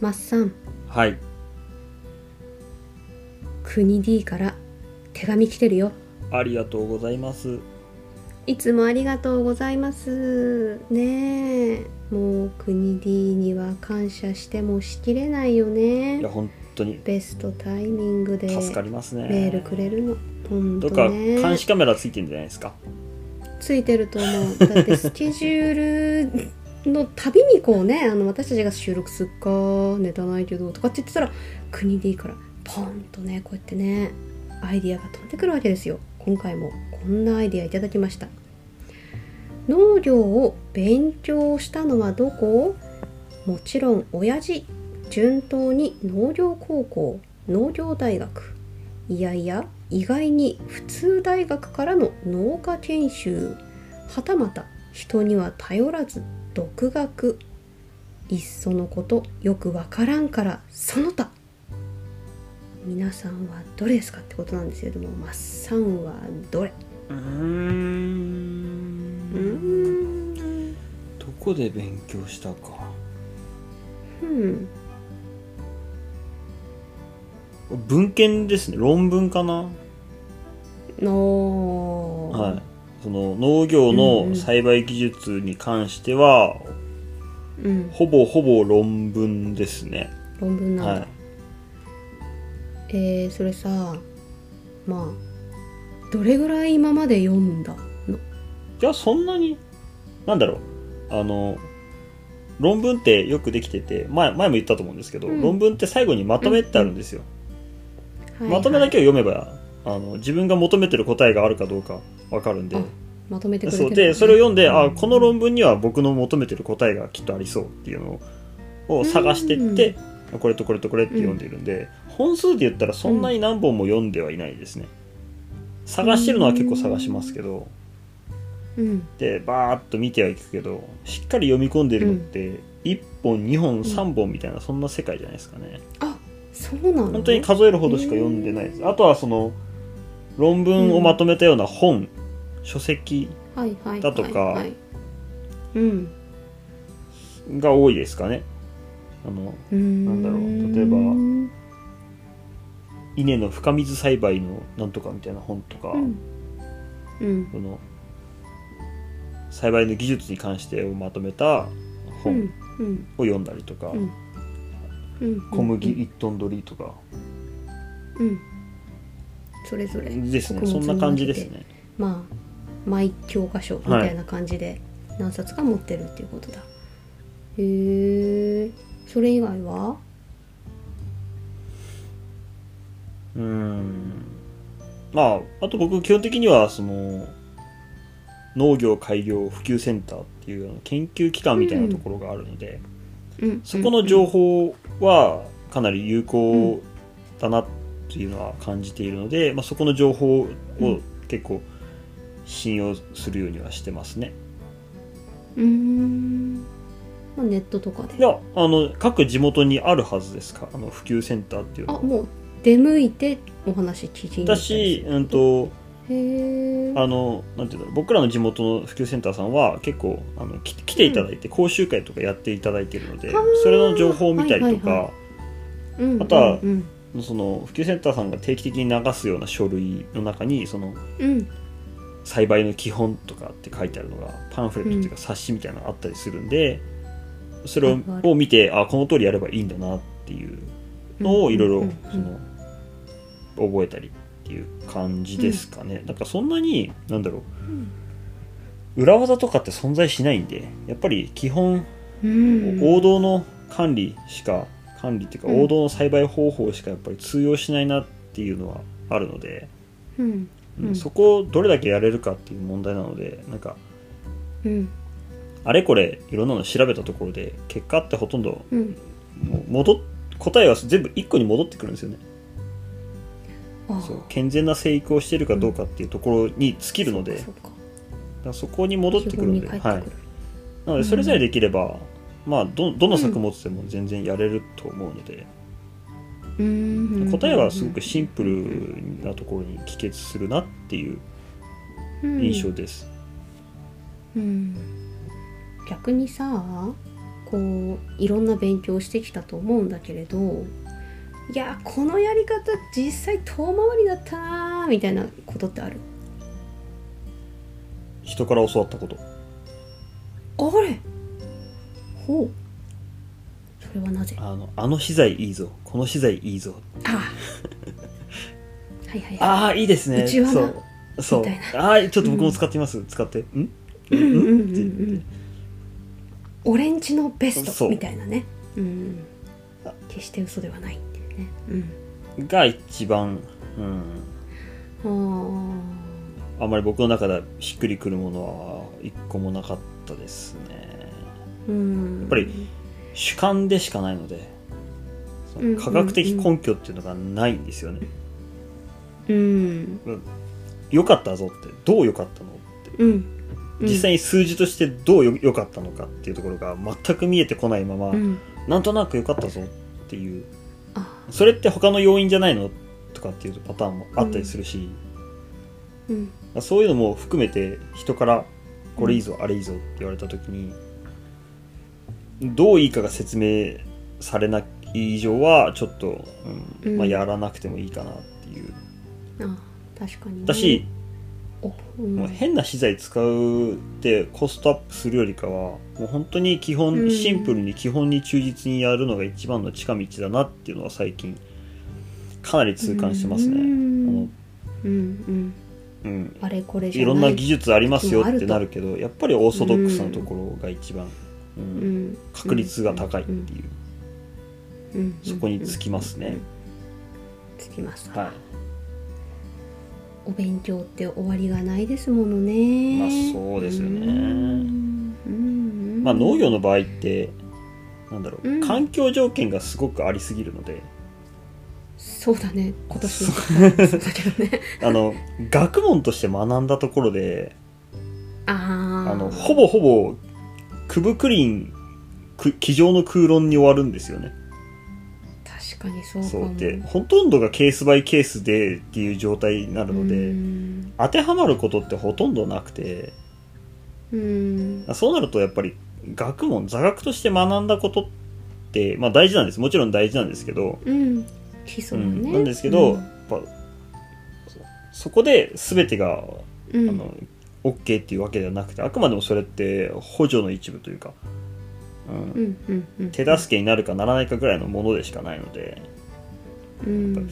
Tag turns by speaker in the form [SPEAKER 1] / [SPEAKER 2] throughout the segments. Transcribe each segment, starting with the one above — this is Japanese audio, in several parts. [SPEAKER 1] マッサン
[SPEAKER 2] はい
[SPEAKER 1] 国 D から手紙来てるよ
[SPEAKER 2] ありがとうございます
[SPEAKER 1] いつもありがとうございますねえもう国 D には感謝してもしきれないよ
[SPEAKER 2] いや
[SPEAKER 1] ね
[SPEAKER 2] 本当に
[SPEAKER 1] ベストタイミングで
[SPEAKER 2] 助かりますね
[SPEAKER 1] メールくれるのほん
[SPEAKER 2] ど
[SPEAKER 1] と
[SPEAKER 2] っか監
[SPEAKER 1] ね
[SPEAKER 2] 視カメラついてんじゃないですか
[SPEAKER 1] ついてると思うだってスケジュールのたびにこうねあの私たちが収録すっかネタないけどとかって言ってたら国 D からポンとねこうやってねアイディアが飛んでくるわけですよ今回もこんなアイディアいただきました農業を勉強したのはどこもちろん親父順当に農業高校農業大学いやいや意外に普通大学からの農家研修はたまた人には頼らず独学いっそのことよくわからんからその他皆さんはどれですかってことなんですけれどもマッサンはどれ
[SPEAKER 2] うー
[SPEAKER 1] うーん
[SPEAKER 2] んどこで勉強したか
[SPEAKER 1] うん
[SPEAKER 2] 文献ですね論文かな
[SPEAKER 1] の
[SPEAKER 2] はいその農業
[SPEAKER 1] うんう
[SPEAKER 2] の
[SPEAKER 1] ん
[SPEAKER 2] 栽培技術に関しては、
[SPEAKER 1] い、うん、
[SPEAKER 2] ほぼほぼ論文ですね
[SPEAKER 1] 論文なんだ、
[SPEAKER 2] はい
[SPEAKER 1] えー、それさまあどれぐらい今まで読んだの
[SPEAKER 2] いやそんなになんだろうあの論文ってよくできてて前前も言ったと思うんですけど、
[SPEAKER 1] うん
[SPEAKER 2] 論文って最後にまとめってあるんですよ、まとめだけを読めばあの自分が求めてる答えがあるかどうかわかるんで
[SPEAKER 1] あまとめてくれて
[SPEAKER 2] そ
[SPEAKER 1] る
[SPEAKER 2] うでそれを読んで、あ
[SPEAKER 1] うん
[SPEAKER 2] この論文には僕の求めてる答えがきっとありそうっていうのを探してって、これとこれとこれって読んでるんで、本数で言ったらそんなに何本も読んではいないですね探してるのは結構探しますけど
[SPEAKER 1] うん
[SPEAKER 2] でバーッと見てはいくけどしっかり読み込んでるのって1本2本3本みたいなそんな世界じゃないですかね
[SPEAKER 1] あそうなの
[SPEAKER 2] 本当に数えるほどしか読んでないですあとはその論文をまとめたような本書籍
[SPEAKER 1] はいはいはい
[SPEAKER 2] だとか
[SPEAKER 1] はいうん
[SPEAKER 2] が多いですかねあの
[SPEAKER 1] うーん
[SPEAKER 2] なんだろう例えば稲の深水栽培のなんとかみたいな本とか、
[SPEAKER 1] うんうん
[SPEAKER 2] この栽培の技術に関してをまとめた
[SPEAKER 1] う
[SPEAKER 2] 本
[SPEAKER 1] んうん
[SPEAKER 2] を読んだりとか、
[SPEAKER 1] うんうん
[SPEAKER 2] 小麦一トン取りとか
[SPEAKER 1] うんそれぞれ
[SPEAKER 2] ですね、
[SPEAKER 1] 穀
[SPEAKER 2] そ
[SPEAKER 1] 物
[SPEAKER 2] ん
[SPEAKER 1] に
[SPEAKER 2] な感じですね
[SPEAKER 1] まあ毎教科書みたいな感じで何冊か持ってるっていうことだ、へえそれ以外は
[SPEAKER 2] うーんまああと僕基本的にはその農業改良普及センターっていうあの研究機関みたいなところがあるので、
[SPEAKER 1] うん
[SPEAKER 2] そこの情報はかなり有効だなっていうのは感じているので、まあ、そこの情報を結構信用するようにはしてますね。
[SPEAKER 1] うんうんまあネットとか
[SPEAKER 2] い
[SPEAKER 1] で
[SPEAKER 2] やあの各地元にあるはずですかあの普及センターっていう
[SPEAKER 1] あ
[SPEAKER 2] のは。
[SPEAKER 1] もう出向いてお話聞きに行
[SPEAKER 2] だ
[SPEAKER 1] ったり
[SPEAKER 2] し、うんと、
[SPEAKER 1] するへえ
[SPEAKER 2] あの、なんていうんだろう、僕らの地元の普及センターさんは結構、あの、き来ていただいて、講習会とかやっていただいているので
[SPEAKER 1] あー、
[SPEAKER 2] それの情報を見たりとか、
[SPEAKER 1] はいはいはうん
[SPEAKER 2] あとは
[SPEAKER 1] うん
[SPEAKER 2] その、普及センターさんが定期的に流すような書類の中に、その、
[SPEAKER 1] うん
[SPEAKER 2] 栽培の基本とかって書いてあるのがパンフレットっていうか冊子みたいなのあったりするんで、それ
[SPEAKER 1] あ
[SPEAKER 2] を
[SPEAKER 1] るある
[SPEAKER 2] を見てあこの通りやればいいんだなっていうのをいろいろその覚えたりっていう感じですかね、なんかそんなになんだろう裏技とかって存在しないんでやっぱり基本
[SPEAKER 1] うん
[SPEAKER 2] 王道の管理しか管理っていうか
[SPEAKER 1] うん
[SPEAKER 2] 王道の栽培方法しかやっぱり通用しないなっていうのはあるので。
[SPEAKER 1] うん
[SPEAKER 2] うん
[SPEAKER 1] うん
[SPEAKER 2] そこをどれだけやれるかっていう問題なのでなんか
[SPEAKER 1] うん
[SPEAKER 2] あれこれいろんなの調べたところで結果ってほとんど
[SPEAKER 1] うん
[SPEAKER 2] もう戻っ答えは全部一個に戻ってくるんですよね
[SPEAKER 1] あ
[SPEAKER 2] そう健全な生育をしてるかどうかっていうところに尽きるので、だ
[SPEAKER 1] そ
[SPEAKER 2] か
[SPEAKER 1] っか
[SPEAKER 2] らそこに戻って
[SPEAKER 1] 基
[SPEAKER 2] く
[SPEAKER 1] 本に
[SPEAKER 2] るので、
[SPEAKER 1] 帰ってくる、
[SPEAKER 2] はい、なのでそれさえできれば、まあどどの作物でも全然やれると思うので、
[SPEAKER 1] うん
[SPEAKER 2] 答えはすごくシンプルなところに帰結するなっていう印象です、
[SPEAKER 1] うん逆にさこういろんな勉強をしてきたと思うんだけれどいやーこのやり方実際遠回りだったなーみたいなことってある
[SPEAKER 2] 人から教わったこと
[SPEAKER 1] あれほうそれはなぜあ
[SPEAKER 2] あのあの資材いいぞこの資材いいぞ
[SPEAKER 1] あはいはいはい
[SPEAKER 2] ああいいですね
[SPEAKER 1] うちはな
[SPEAKER 2] そうそう
[SPEAKER 1] みたい
[SPEAKER 2] ああちょっと僕も使ってみます、使ってん
[SPEAKER 1] うんうんうんうんう
[SPEAKER 2] って言っ
[SPEAKER 1] ん俺んちのベス
[SPEAKER 2] そ
[SPEAKER 1] ト
[SPEAKER 2] う
[SPEAKER 1] みたいなねうん
[SPEAKER 2] あ
[SPEAKER 1] 決して嘘ではないっていうねうん
[SPEAKER 2] てが一番うん
[SPEAKER 1] あー
[SPEAKER 2] あんまり僕の中ではしっくりくるものは一個もなかったですね
[SPEAKER 1] うん
[SPEAKER 2] やっぱり主観でしかないのでそ
[SPEAKER 1] うん
[SPEAKER 2] の科学的根拠っていうのがないんですよね
[SPEAKER 1] うん
[SPEAKER 2] 良かったぞってどう良かったのって
[SPEAKER 1] うん
[SPEAKER 2] 実際に数字としてどうよ良かったのかっていうところが全く見えてこないまま、
[SPEAKER 1] うん
[SPEAKER 2] なんとなく良かったぞっていう
[SPEAKER 1] あ
[SPEAKER 2] それって他の要因じゃないのとかっていうパターンもあったりするし、
[SPEAKER 1] うん
[SPEAKER 2] そういうのも含めて人からこれいいぞ、あれいいぞって言われた時にどういいかが説明されない以上はちょっと、うんまあ、
[SPEAKER 1] うん
[SPEAKER 2] やらなくてもいいかなっていう、
[SPEAKER 1] あ確かにね
[SPEAKER 2] だし、
[SPEAKER 1] おうん
[SPEAKER 2] もう変な資材使うってコストアップするよりかはもう本当に基本、
[SPEAKER 1] うん
[SPEAKER 2] シンプルに基本に忠実にやるのが一番の近道だなっていうのは最近かなり痛感してますね。
[SPEAKER 1] うん
[SPEAKER 2] あの
[SPEAKER 1] うん
[SPEAKER 2] うん
[SPEAKER 1] うんあれこれじ
[SPEAKER 2] い
[SPEAKER 1] ゃない
[SPEAKER 2] ろんな技術あります
[SPEAKER 1] で
[SPEAKER 2] よ
[SPEAKER 1] もあ
[SPEAKER 2] っ
[SPEAKER 1] る
[SPEAKER 2] て
[SPEAKER 1] と
[SPEAKER 2] なるけどやっぱりオーソドックスなところが一番、
[SPEAKER 1] う
[SPEAKER 2] うん
[SPEAKER 1] ん
[SPEAKER 2] 確率が高いっていう、
[SPEAKER 1] うんうん
[SPEAKER 2] そこにつきますね、
[SPEAKER 1] つきますか
[SPEAKER 2] はい
[SPEAKER 1] お勉強って終わりがないですものね
[SPEAKER 2] まあそうですよね
[SPEAKER 1] うんうん
[SPEAKER 2] まあ、農業の場合ってなんだろう、
[SPEAKER 1] うん
[SPEAKER 2] 環境条件がすごくありすぎるので
[SPEAKER 1] そうだね今年
[SPEAKER 2] そ
[SPEAKER 1] そうだけど ね
[SPEAKER 2] あの学問として学んだところで
[SPEAKER 1] あー
[SPEAKER 2] あのほぼほぼクブクリンく机上の空論に終わるんですよね
[SPEAKER 1] 確かにそうか
[SPEAKER 2] そう
[SPEAKER 1] も
[SPEAKER 2] でほとんどがケースバイケースでっていう状態になるので、
[SPEAKER 1] うん
[SPEAKER 2] 当てはまることってほとんどなくて
[SPEAKER 1] うん
[SPEAKER 2] そうなるとやっぱり学問座学として学んだことって、まあ、大事なんですもちろん大事なんですけど、
[SPEAKER 1] うん基礎だ
[SPEAKER 2] うん
[SPEAKER 1] ね
[SPEAKER 2] なんですけど、
[SPEAKER 1] う
[SPEAKER 2] や
[SPEAKER 1] ん
[SPEAKER 2] っぱそそこで全てが、
[SPEAKER 1] うん
[SPEAKER 2] あの OK っていうわけではなくてあくまでもそれって補助の一部というか、うん
[SPEAKER 1] うんうんうん
[SPEAKER 2] 手助けになるかならないかぐらいのものでしかないので
[SPEAKER 1] うん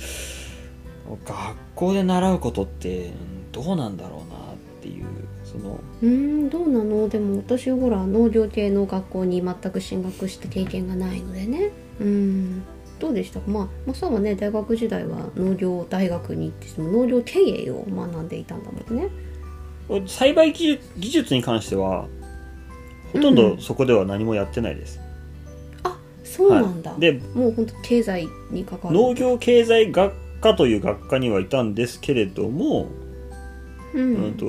[SPEAKER 2] 学校で習うことってうんどうなんだろうなっていうその
[SPEAKER 1] うーんどうなのでも私ほら農業系の学校に全く進学した経験がないのでねうんどうでしたかまあマサはね大学時代は農業大学に行ってその農業経営を学んでいたんだもんね
[SPEAKER 2] 栽培技術技術に関してはほとん
[SPEAKER 1] う
[SPEAKER 2] ど
[SPEAKER 1] ん
[SPEAKER 2] そこでは何もやってないです、
[SPEAKER 1] そうなんだ、
[SPEAKER 2] はい、で
[SPEAKER 1] もう本当経済に関わる
[SPEAKER 2] 農業経済学科という学科にはいたんですけれども、
[SPEAKER 1] う、
[SPEAKER 2] うんんと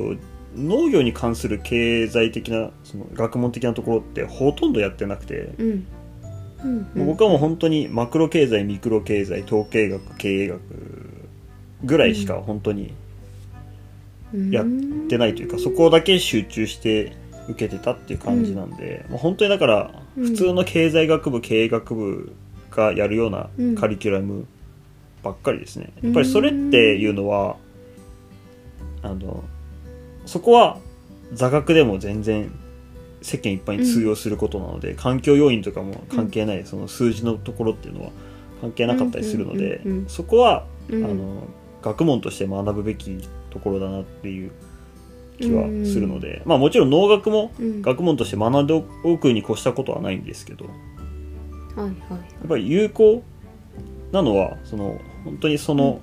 [SPEAKER 2] 農業に関する経済的なその学問的なところってほとんどやってなくて、
[SPEAKER 1] うんうんうん、
[SPEAKER 2] 僕はもう本当にマクロ経済ミクロ経済統計学経営学ぐらいしか本当にやってないというか、そこだけ集中して受けてたっていう感じなんで、まあ本当にだから
[SPEAKER 1] うん
[SPEAKER 2] 普通の経済学部経営学部がやるような
[SPEAKER 1] うん
[SPEAKER 2] カリキュラムばっかりですね、やっぱりそれっていうのはあのそこは座学でも全然世間一般に通用することなので、環境要因とかも関係ない、その数字のところっていうのは関係なかったりするので、
[SPEAKER 1] うんうんうんうん
[SPEAKER 2] そこは
[SPEAKER 1] うん、
[SPEAKER 2] あの学問として学ぶべきところだなっていう気はするので、まあもちろん農学も
[SPEAKER 1] うん、
[SPEAKER 2] 学問として学んでおくに越したことはないんですけどや
[SPEAKER 1] はいはい
[SPEAKER 2] っぱり有効なのはその本当にその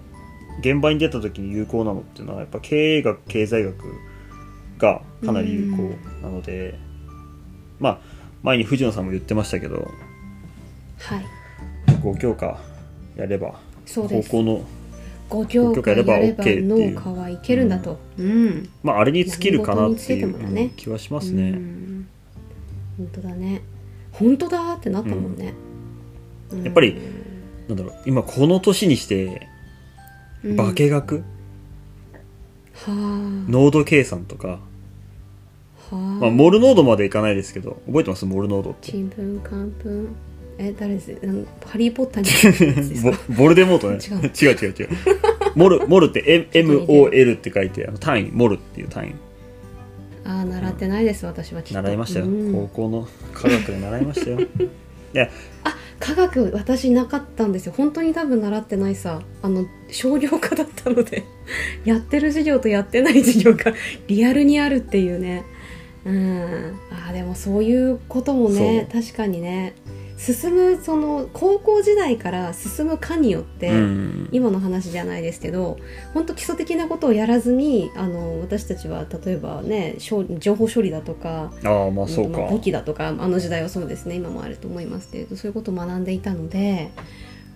[SPEAKER 2] 現場に出た時に有効なのっていうのはやっぱ経営学経済学がかなり有効なので、まあ前に藤野さんも言ってましたけど
[SPEAKER 1] はい
[SPEAKER 2] 5教科やれば
[SPEAKER 1] そう
[SPEAKER 2] 高
[SPEAKER 1] です
[SPEAKER 2] 校の
[SPEAKER 1] 五教科やれば
[SPEAKER 2] 五教科やれば OK っていう
[SPEAKER 1] 農家はいけるんだとうん
[SPEAKER 2] まああれに尽きるかなっていう
[SPEAKER 1] 何事につけてもね
[SPEAKER 2] うん気はしますね。
[SPEAKER 1] うん本当だね本当だってなったもんね、うん
[SPEAKER 2] やっぱりなんだろう今この年にして
[SPEAKER 1] うん
[SPEAKER 2] 化学、
[SPEAKER 1] はあ
[SPEAKER 2] 濃度計算とか
[SPEAKER 1] ははあ、
[SPEAKER 2] まあ、モルノードまでいかないですけど覚えてますモルノードって
[SPEAKER 1] ちんぷんかんぷんえ誰ですあのハリー・ポッターに出てくるやつです か
[SPEAKER 2] ボボルデモートね違う違う違うモルモルって M- MOL って書いてあの単位モルっていう単位
[SPEAKER 1] ああ習ってないです、私はちっと
[SPEAKER 2] 習いましたよ、
[SPEAKER 1] うん
[SPEAKER 2] 高校の科学で習いまし たよいや
[SPEAKER 1] 科学私なかったんですよ本当に多分習ってないさあの商業科だったので やってる授業とやってない授業が リアルにあるっていうねうんあーでもそういうこともね確かにね進むその高校時代から進むかによって、
[SPEAKER 2] うん
[SPEAKER 1] 今の話じゃないですけど本当基礎的なことをやらずにあの私たちは例えばねしょう情報処理だとか
[SPEAKER 2] ああまあそうか
[SPEAKER 1] まあ武器だとかあの時代はそうですね今もあると思いますけれどそういうことを学んでいたので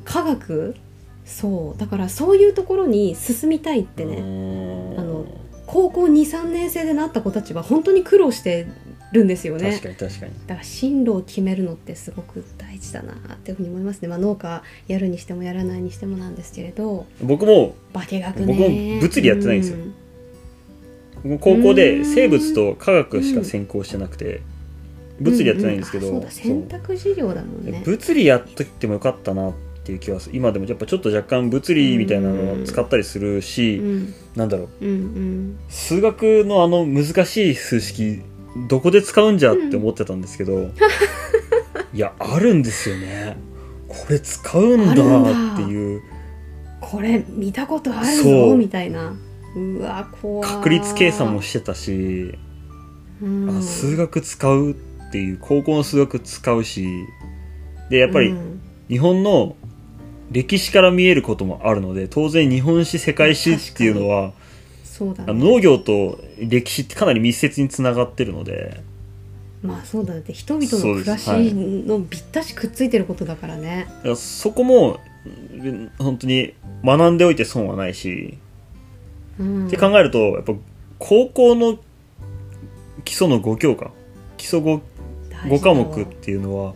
[SPEAKER 1] 科学そうだからそういうところに進みたいってね、
[SPEAKER 2] ね
[SPEAKER 1] あの高校23年生でなった子たちは本当に苦労してるんですよね
[SPEAKER 2] 確かに確かに
[SPEAKER 1] だから進路を決めるのってすごく大事だなっていうふうに思いますね、まあ、農家やるにしてもやらないにしてもなんですけれど
[SPEAKER 2] 僕も
[SPEAKER 1] 化学ね
[SPEAKER 2] 僕も物理やってないんですよ
[SPEAKER 1] う
[SPEAKER 2] 僕も高校
[SPEAKER 1] うー
[SPEAKER 2] で
[SPEAKER 1] ん
[SPEAKER 2] 生物と科学しか専攻してなくて、物理やってないんですけど、
[SPEAKER 1] ううあそうだ選択授業だもん
[SPEAKER 2] そう
[SPEAKER 1] ね
[SPEAKER 2] 物理やっとってもよかったなっていう気はする今でもやっぱちょっと若干物理みたいなのを使ったりするし、
[SPEAKER 1] うん
[SPEAKER 2] なんだろ
[SPEAKER 1] う
[SPEAKER 2] う
[SPEAKER 1] んうん
[SPEAKER 2] 数学のあの難しい数式どこで使うんじゃって思ってたんですけど、 いやあるんですよねこれ使うんだっていう
[SPEAKER 1] これ見たことある
[SPEAKER 2] そ
[SPEAKER 1] ぞ
[SPEAKER 2] う
[SPEAKER 1] みたいなうわ怖い
[SPEAKER 2] 確率計算もしてたし、
[SPEAKER 1] うん
[SPEAKER 2] あ数学使うっていう高校の数学使うしでやっぱ
[SPEAKER 1] う
[SPEAKER 2] り
[SPEAKER 1] ん
[SPEAKER 2] 日本の歴史から見えることもあるので当然日本史世界史っていうのは
[SPEAKER 1] そうだ
[SPEAKER 2] あの
[SPEAKER 1] ね
[SPEAKER 2] 農業と歴史ってかなり密接につながってるので
[SPEAKER 1] まあそうだね人々
[SPEAKER 2] そう
[SPEAKER 1] の
[SPEAKER 2] で
[SPEAKER 1] 暮
[SPEAKER 2] す
[SPEAKER 1] らし
[SPEAKER 2] はい
[SPEAKER 1] のぴったしくっついてることだからね
[SPEAKER 2] だからそこもうん本当に学んでおいて損はないし、
[SPEAKER 1] うん
[SPEAKER 2] って考えるとやっぱ高校の基礎の5教科基礎 5,
[SPEAKER 1] 大事だわ
[SPEAKER 2] 5科目っていうのは、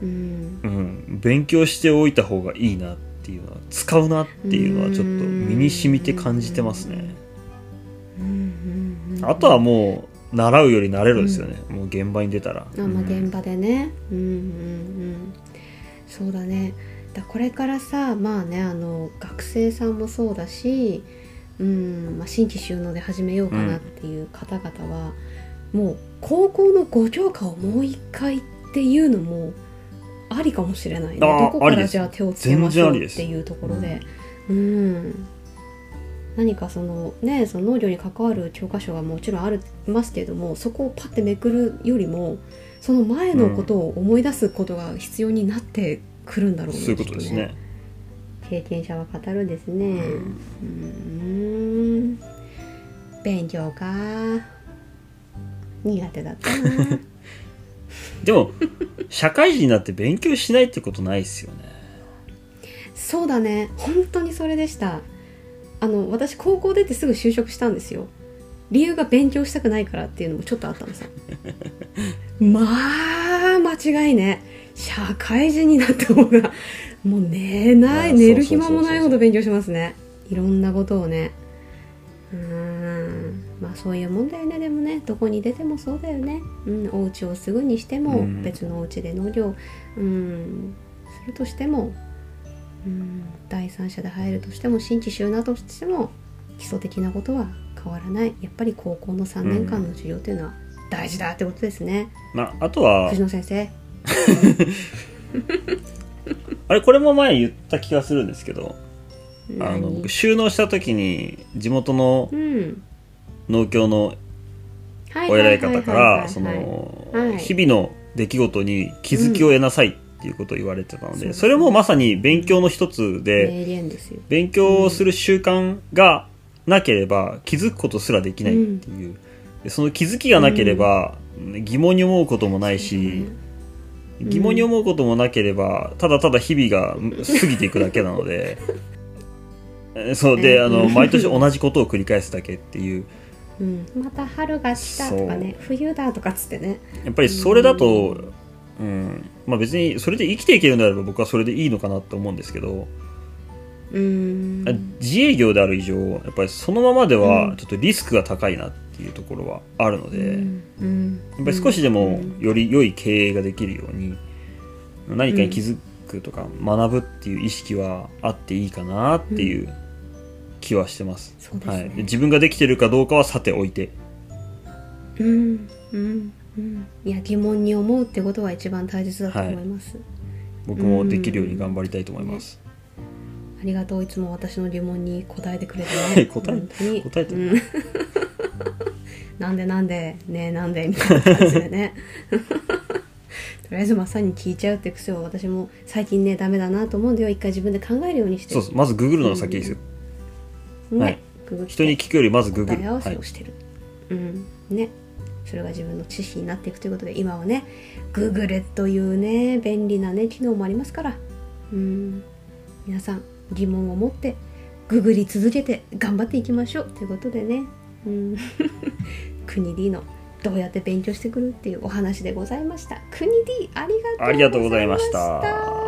[SPEAKER 1] うん
[SPEAKER 2] うん、勉強しておいた方がいいなっていうのは使うなっていうのはちょっと身に染みて感じてますね
[SPEAKER 1] うんうんうん
[SPEAKER 2] あとはもう習うより慣れろですよね、もう現場に出たら、
[SPEAKER 1] あまあ、
[SPEAKER 2] うん
[SPEAKER 1] 現場でね、うんうんうん、そうだねだこれからさまあねあの学生さんもそうだし、うんまあ、新規収納で始めようかなっていう方々は、もう高校のご教科をもう一回っていうのもありかもしれないね
[SPEAKER 2] あー
[SPEAKER 1] どこ
[SPEAKER 2] あ
[SPEAKER 1] か
[SPEAKER 2] りで
[SPEAKER 1] ら
[SPEAKER 2] す
[SPEAKER 1] じゃあ手をつけましょ
[SPEAKER 2] 全然あ
[SPEAKER 1] う
[SPEAKER 2] りで
[SPEAKER 1] っ
[SPEAKER 2] す
[SPEAKER 1] ていうところで。うん何かそのねその農業に関わる教科書がもちろんありますけれどもそこをパッてめくるよりもその前のことを思い出すことが必要になってくるんだろうね、
[SPEAKER 2] そういうことで
[SPEAKER 1] きっと
[SPEAKER 2] すね
[SPEAKER 1] ね経験者は語るですね
[SPEAKER 2] う
[SPEAKER 1] うんーん勉強か苦手だったな
[SPEAKER 2] でも 社会人になって勉強しないってことないですよね
[SPEAKER 1] そうだね本当にそれでしたあの私高校出てすぐ就職したんですよ理由が勉強したくないからっていうのもちょっとあった のさまあ間違いね社会人になった方がもう寝ないい
[SPEAKER 2] や
[SPEAKER 1] 寝る
[SPEAKER 2] そうそうそうそう
[SPEAKER 1] 暇もないほど勉強しますねいろんなことをねうーんまあそういうもんだよねでもねどこに出てもそうだよね、うん、お家をすぐにしても、
[SPEAKER 2] うん
[SPEAKER 1] 別のお家で農業、うん、するとしても、うん、第三者で入るとしても新規就納としても基礎的なことは変わらないやっぱり高校の3年間の授業というのは大事だってことですね、
[SPEAKER 2] まああと は
[SPEAKER 1] 藤野先生
[SPEAKER 2] あれこれも前言った気がするんですけどあの
[SPEAKER 1] 何
[SPEAKER 2] 僕収納した時に地元の
[SPEAKER 1] うん
[SPEAKER 2] 農協の
[SPEAKER 1] はい
[SPEAKER 2] お
[SPEAKER 1] はい
[SPEAKER 2] 偉
[SPEAKER 1] はいいはい
[SPEAKER 2] 方か
[SPEAKER 1] はいは
[SPEAKER 2] ら
[SPEAKER 1] い
[SPEAKER 2] その
[SPEAKER 1] はい
[SPEAKER 2] 日々の出来事に気づきを得なさいっていうことを言われてた
[SPEAKER 1] そ
[SPEAKER 2] の
[SPEAKER 1] うです
[SPEAKER 2] で
[SPEAKER 1] ね
[SPEAKER 2] それもまさに勉強の一つで
[SPEAKER 1] 名言ですよ
[SPEAKER 2] 勉強をする習慣がなければ気づくことすらできないっていうでその気づきがなければ疑問に思うこともないし
[SPEAKER 1] うん
[SPEAKER 2] 疑問に思うこともなければただただ日々が過ぎていくだけなので えそうであの
[SPEAKER 1] うん
[SPEAKER 2] 毎年同じことを繰り返すだけっていう
[SPEAKER 1] うん、また春が来たとかね冬だとかっつってね
[SPEAKER 2] やっぱりそれだと、うんまあ、別にそれで生きていけるならば僕はそれでいいのかなと思うんですけど
[SPEAKER 1] うん
[SPEAKER 2] 自営業である以上やっぱりそのままで
[SPEAKER 1] う
[SPEAKER 2] は
[SPEAKER 1] ん
[SPEAKER 2] ちょっとリスクが高いなっていうところはあるので、
[SPEAKER 1] うん
[SPEAKER 2] やっぱり少しで
[SPEAKER 1] う
[SPEAKER 2] も
[SPEAKER 1] ん
[SPEAKER 2] より良い経営ができるように何かに気づくとか学ぶっていう意識はあっていいかなっていう気はしてます。
[SPEAKER 1] そうです
[SPEAKER 2] は
[SPEAKER 1] ね
[SPEAKER 2] い、自分ができてるかどうかはさておいて、
[SPEAKER 1] うんうんうんいや疑問に思うってことは一番大切だと思います、
[SPEAKER 2] 僕もできるように頑張りたいと思います。
[SPEAKER 1] ありがとういつも私の疑問に答えてくれて
[SPEAKER 2] はい
[SPEAKER 1] ね
[SPEAKER 2] 答え
[SPEAKER 1] 本当に
[SPEAKER 2] 答えてる
[SPEAKER 1] うんなんでなんでねえなんでみたいな感じでね とりあえずまさに聞いちゃうって癖を私も最近ねダメだなと思うんだよ一回自分で考えるようにして
[SPEAKER 2] そうです。まずググるのが先ですよ。は
[SPEAKER 1] ね
[SPEAKER 2] い
[SPEAKER 1] ググって
[SPEAKER 2] 人に聞くよりまずググ
[SPEAKER 1] 答え
[SPEAKER 2] る。
[SPEAKER 1] 合
[SPEAKER 2] は
[SPEAKER 1] わせ
[SPEAKER 2] い
[SPEAKER 1] を。してる、うんねそれが自分の知識になっていくということで今はね Google というね便利なね機能もありますからうん皆さん疑問を持ってググり続けて頑張っていきましょうということでねうん 国 D のどうやって勉強してくるっていうお話でございました国 D ありがとう
[SPEAKER 2] ありがとうございました
[SPEAKER 1] ございました